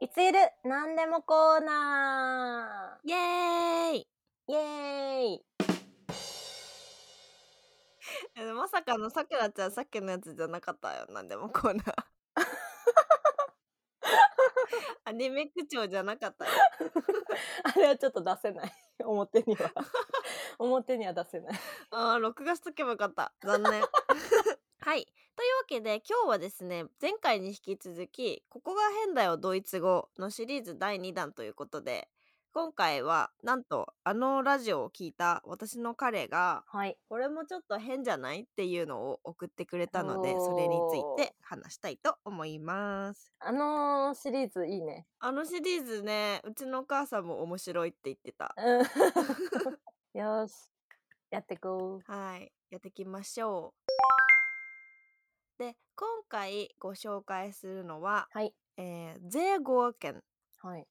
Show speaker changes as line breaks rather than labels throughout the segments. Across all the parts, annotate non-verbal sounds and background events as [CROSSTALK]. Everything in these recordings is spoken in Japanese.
いついる何でもコーナ
イエーイ
ーイエーイ [LAUGHS]
えでもまさかのさくらちゃんさっきのやつじゃなかったよなんでもコ [LAUGHS] ーナーアニメ口調じゃなかったよ
あれはちょっと出せない。 [LAUGHS] 表には。表には出せない。
あー録画しとけばよかった残念 [LAUGHS] はいというわけで今日はですね前回に引き続き「ここが変だよドイツ語」のシリーズ第2弾ということで今回はなんとあのラジオを聞いた私の彼が
はい。
これもちょっと変じゃないっていうのを送ってくれたのでそれについて話したいと思います
あのーシリーズいいね。
あのシリーズねうちのお母さんも面白いって言ってた
うん [LAUGHS] よし。やってこ
はい、やっていきましょう。で、今回ご紹介するのは、
う。はい。
えー、ゼーゴア県、
はい。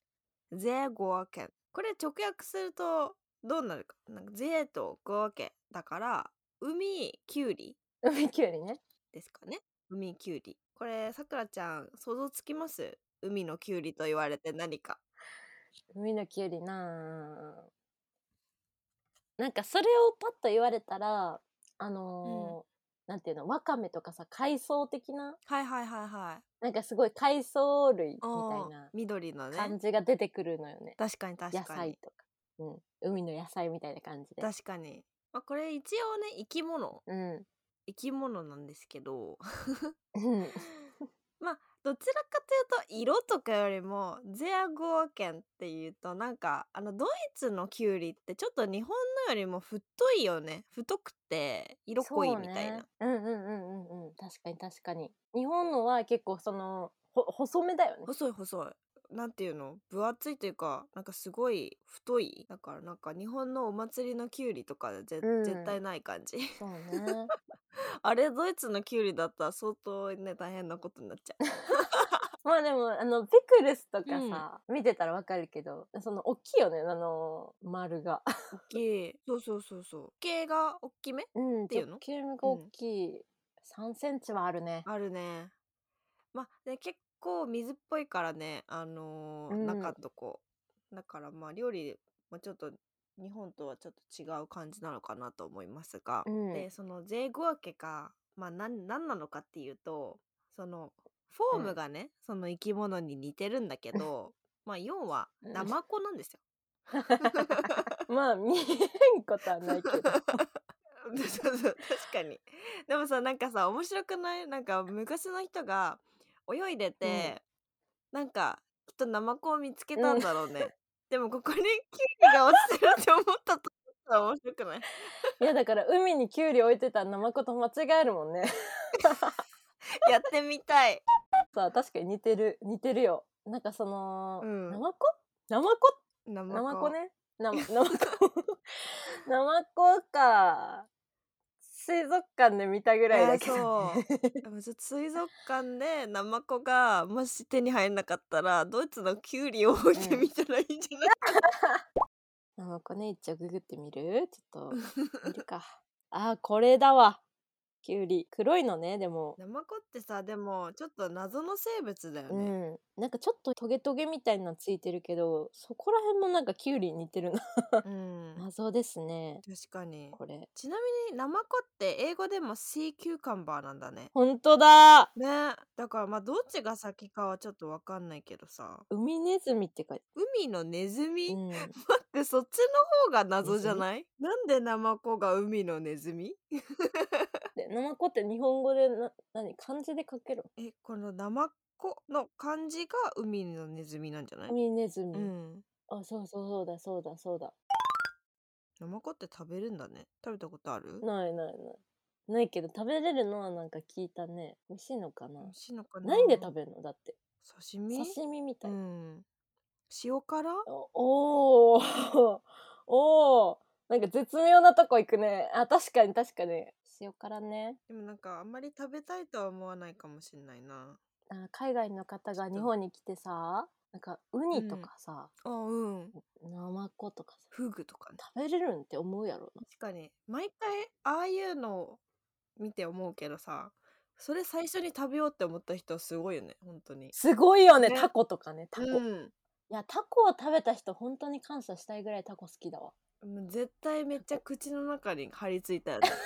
ゼーゴア県。これ直訳するとどうなるか。なんかゼーとゴア県だから、海キュウリ
海きゅうりね。
ですかね。海キュウリ。これさくらちゃん想像つきます？海のキュウリと言われて何か。
海のきゅうりなあなんかそれをパッと言われたら、あのーなんていうの、わかめとかさ、海藻的な、
はいはいはいはい。
なんかすごい海藻類みた
おー
いな
緑のね。
感じが出てくるのよね。
確かに確
野
かに
菜。とか。うん。海の野菜みたいな感じで。
確かに。まあ、これ一応ね生き物
うん。
生き物なんですけど [LAUGHS]
うん
まあどちらかというと色とかよりもゼアゴア県っていうとなんかあのドイツのキュウリってちょっと日本のよりも太いよね太くて色濃いみたいな、
そうね、うんうんうんうんうん確かに確かに日本のは結構そのほ細めだよね
細い細いなんていうの分厚いというかなんかすごい太いだからなんか日本のお祭りのキュウリとかでぜ、
うん
絶対ない感じ [LAUGHS]
そうね
あれドイツのキュウリだったら相当ね大変なことになっちゃう
まあでもあのピクルスとかさ、見てたらわかるけどその大きいよねあの丸が
大きいそうそうそうそう系が大きめ
うん
ていうの
直径が大きい、3センチはあるね
あるね。まあ、ね、結構水っぽいからね、あのー
うん
中んとこ。だからまあ料理、まあ、ちょっと日本とはちょっと違う感じなのかなと思いますが、
うん
でその税後分けが、まあ、なんなんなのかっていうとそのフォー
うん
ムがね、その生き物に似てるんだけどまあ要は
うん
ナマコなんですよ。
まあ見えんことは
[LAUGHS]
ないけど
そうそう確かにでもさなんかさ面白くないなんか昔の人が泳いでて、なんかきっとナマコを見つけたんだろ
[LAUGHS]
うね、でもここにキュウリが落ちてるって思ったとしたら面白くない [LAUGHS]
いやだから海にキュウリ置いてたらナマコと間違えるもんね
やってみたい
さあ確かに似てる似てるよなんかその、
うん
ナマコナマコ
ナマ
ナマコね。なナマ [LAUGHS] コ。ナマコか。水族館で見たぐらいだけど、ね。
でもちょっと水族館でナマコがもし手に入んなかったらドイツのキュウリを置いてみたらいいんじゃない、
ナマコね、一応ググってみるち
[LAUGHS]
ょっと、見るか。あー、これだわ。キュウリ。黒いのね、でも。
[LAUGHS] ナマコってさでもちょっと謎の生物だよね、
うん。なんかちょっとトゲトゲみたいなのついてるけど、そこら辺もなんかキュウリに似てるな。 [LAUGHS]
うん
謎ですね。
確かに
これ。
ちなみにナマコって英語でもシーキューカンバーなんだね
ほんとだ
ねだからまあどっちが先かはちょっとわかんないけどさ
ウミネズミって書いて
海のネズミ、
う
[LAUGHS]
ん。
待ってそっちの方が謎じゃないなんでナマコが海のネズミ
で、ナマコって日本語でな、何漢字で書ける
えこのナマコの漢字が海のネズミなんじゃない
ウミネズミ。
うん
あ、そうそうそうだそうだそうだ。
ナマコって食べるんだね食べたことある
ないないない。ないけど食べれるのはなんか聞いたね。美味しいのかな
美味しいのかな
何で食べるのだって。
刺身
刺身みたいうな。
ん塩辛
おおー [LAUGHS] おーなんか絶妙なとこ行くね。あ、確かに確かに。塩辛ね。
でもなんかあんまり食べたいとは思わないかもしれないな
あ海外の方が
ちょっと
日本に来てさ、なんかウニとかさ、
あうん
ナマコとかさ、
フグとかね
食べれるんって思うやろな。
確かに毎回ああいうのを見て思うけどさそれ最初に食べようって思った人はすごいよね本当に
すごいよね
ね
タコとかねタコ、
う
い
ん
やタコを食べた人本当に感謝したいぐらいタコ好きだわ
もう絶対めっちゃ口の中に張り付いたよね [LAUGHS]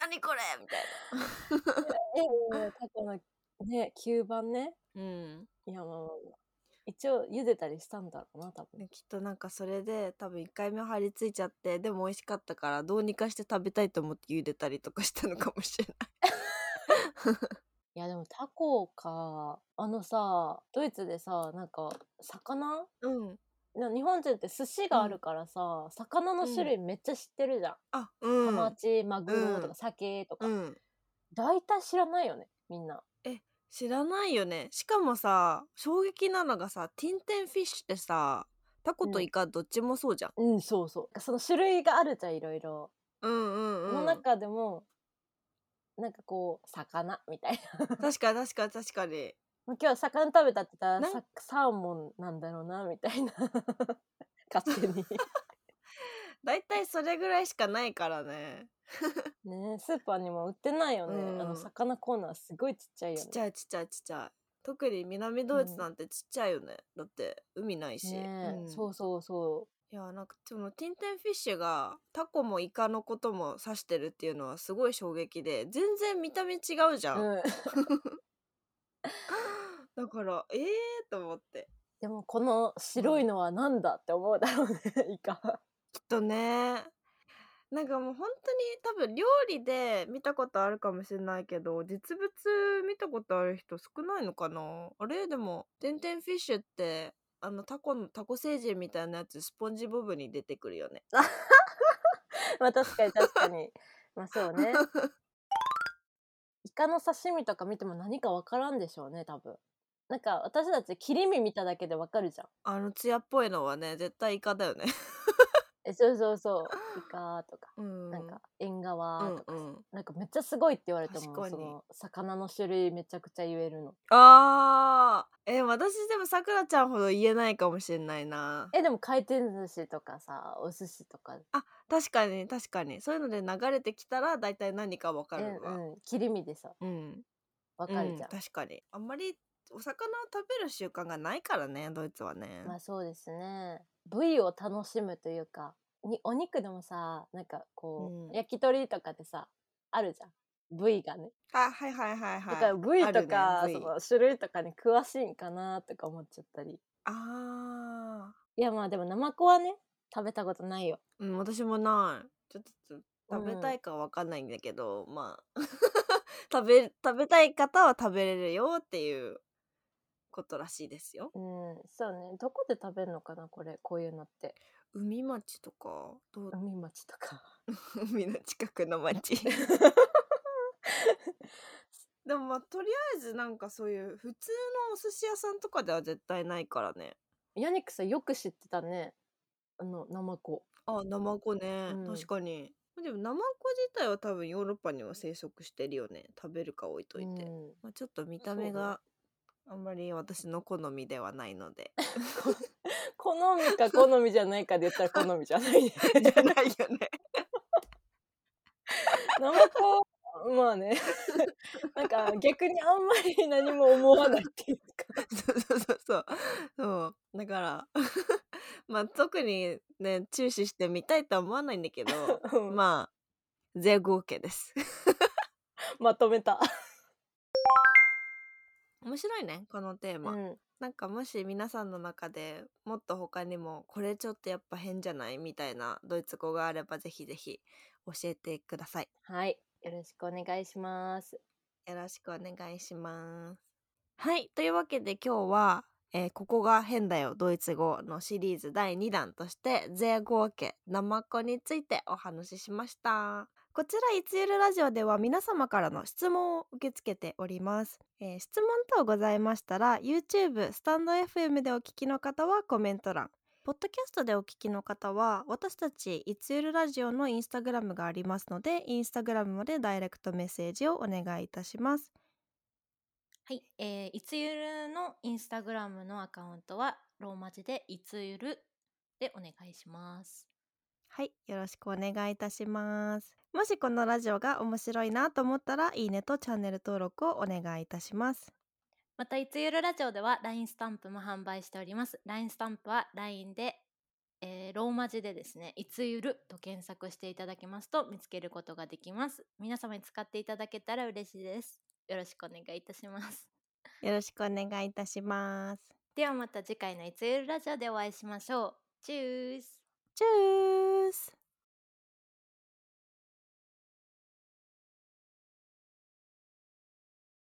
何これみたい
ええタコのね吸盤ね
なうん
いやまあまあまあ一応茹でたりしたんだろうな多分
ねきっとなんかそれで多分1回目張り付いちゃってでも美味しかったからどうにかして食べたいと思って茹でたりとかしたのかもしれない
いやでもタコかあのさドイツでさなんか魚
うん
な日本人って寿司があるからさ、魚の種類めっちゃ知ってるじゃん、
あ
ハ
う
マ
ん
チマグロと
う
か
ん
鮭とか、
うん
大体知らないよねみんな
知らないよねしかもさ衝撃なのがさティンテンフィッシュってさタコと
うん
イカどっちもそうじゃん、
うんそうそうその種類があるじゃんいろいろ、
うんうんうん
の中でもなんかこう魚みたいな
[LAUGHS] 確かに確かに確かに
もう今日魚食べたって言った
な
ら
ん
ササーモンなんだろうなみた
[LAUGHS]
いな勝手に
だいたいそれぐらいしかないからね
[LAUGHS] ねえスーパーにも売ってないよね、
うん
あの魚コーナーすごいちっちゃいよ
ち
ね
っちゃいちっちゃいちっちゃい特に南ドイツなんてちっちゃいよね、だって海ないし、
ねえ
うん
そうそうそう
いやなんかそのティンテンフィッシュがタコもイカのことも指してるっていうのはすごい衝撃で全然見た目違うじゃん、
うん、
だからええー、と思って
でもこの白いのはなんだって思うだろうねイカ [LAUGHS]
きっとねなんかもう本当に多分料理で見たことあるかもしれないけど実物見たことある人少ないのかなあれでもティンテンフィッシュってあのタコのタコ星人みたいなやつスポンジボブに出てくるよね
まあ確かに確かにまあそうねイカの刺身とか見ても何かわからんでしょうね多分なんか私たち切り身見ただけでわかるじゃん
あの艶っぽいのはね絶対イカだよね [LAUGHS]
えそうそうそうイカとか
うん
なんか縁側とか、
うんうん
なんかめっちゃすごいって言われても
確かに
その魚の種類めちゃくちゃ言えるの
あーえ私でもさくらちゃんほど言えないかもしれないな
えでも回転寿司とかさお寿司とか
確かに確かにそういうので流れてきたら大体何かわか
え
るわ
うん、切り身でさ
うん、
わかるじゃん
うん、確かにあんまりお魚を食べる習慣がないからねドイツはね、
まあそうですね部位を楽しむというかにお肉でもさなんかこう、
うん
焼き鳥とかでさあるじゃん部位がね、
あはいはいはいはい
だから部位とか、
あるね部位
その種類とかに詳しいんかなとか思っちゃったり
あ
いやまあでもナマコはね食べたことないよ
ーうん私もないちょっと食べたいかわかんないんだけど、まあ [LAUGHS] 食べ食べたい方は食べれるよっていうことらしいですよ
うんそうねどこで食べるのかなこれこういうのって
海町とかどう
海町とか [LAUGHS]
海の近くの町 [LAUGHS] でもまあとりあえずなんかそういう普通のお寿司屋さんとかでは絶対ないからね
ヤニックさんよく知ってたねあのナマコ
あナマコね、
うん
確かにでもナマコ自体は多分ヨーロッパにも生息してるよね食べるか置いといて、
うん
まあ、ちょっと見た目があんまり私の好みではないの [LAUGHS] で
[LAUGHS] 好みか好みじゃないかで言ったら好みじゃ [LAUGHS] ないね
じゃないよね
ナマコまあね [LAUGHS] なんか逆にあんまり何も思わないっていうか
そうそうそうそうそうだから [LAUGHS] まあ特にね注視してみたいとは思わないんだけど
うん [LAUGHS] ま
まあ全合計です [LAUGHS]
まとめた、
面白いねこのテーマ、
うん
なんかもし皆さんの中でもっと他にもこれちょっとやっぱ変じゃないみたいなドイツ語があればぜひぜひ教えてください
はいよろしくお願いします
よろしくお願いしますはいというわけで今日は、えーここが変だよドイツ語のシリーズ第2弾として税合計ナマコについてお話ししましたこちらいつゆるラジオでは皆様からの質問を受け付けております、えー質問等ございましたら YouTube スタンド FM でお聞きの方はコメント欄ポッドキャストでお聞きの方は私たちいつゆるラジオのインスタグラムがありますのでインスタグラムまでダイレクトメッセージをお願いいたします
はい、えー、いつゆるのインスタグラムのアカウントはローマ字でいつゆるでお願いします。
はい、よろしくお願いいたします。もしこのラジオが面白いなと思ったら、いいねとチャンネル登録をお願いいたします。
また、いつゆるラジオでは LINE スタンプも販売しております。LINE スタンプは LINE で、えーローマ字でですね、いつゆると検索していただきますと見つけることができます。皆様に使っていただけたら嬉しいです。よろしくお願いいたします。
よろしくお願いいたします。
ではまた次回のいつゆるラジオでお会いしましょう。チュース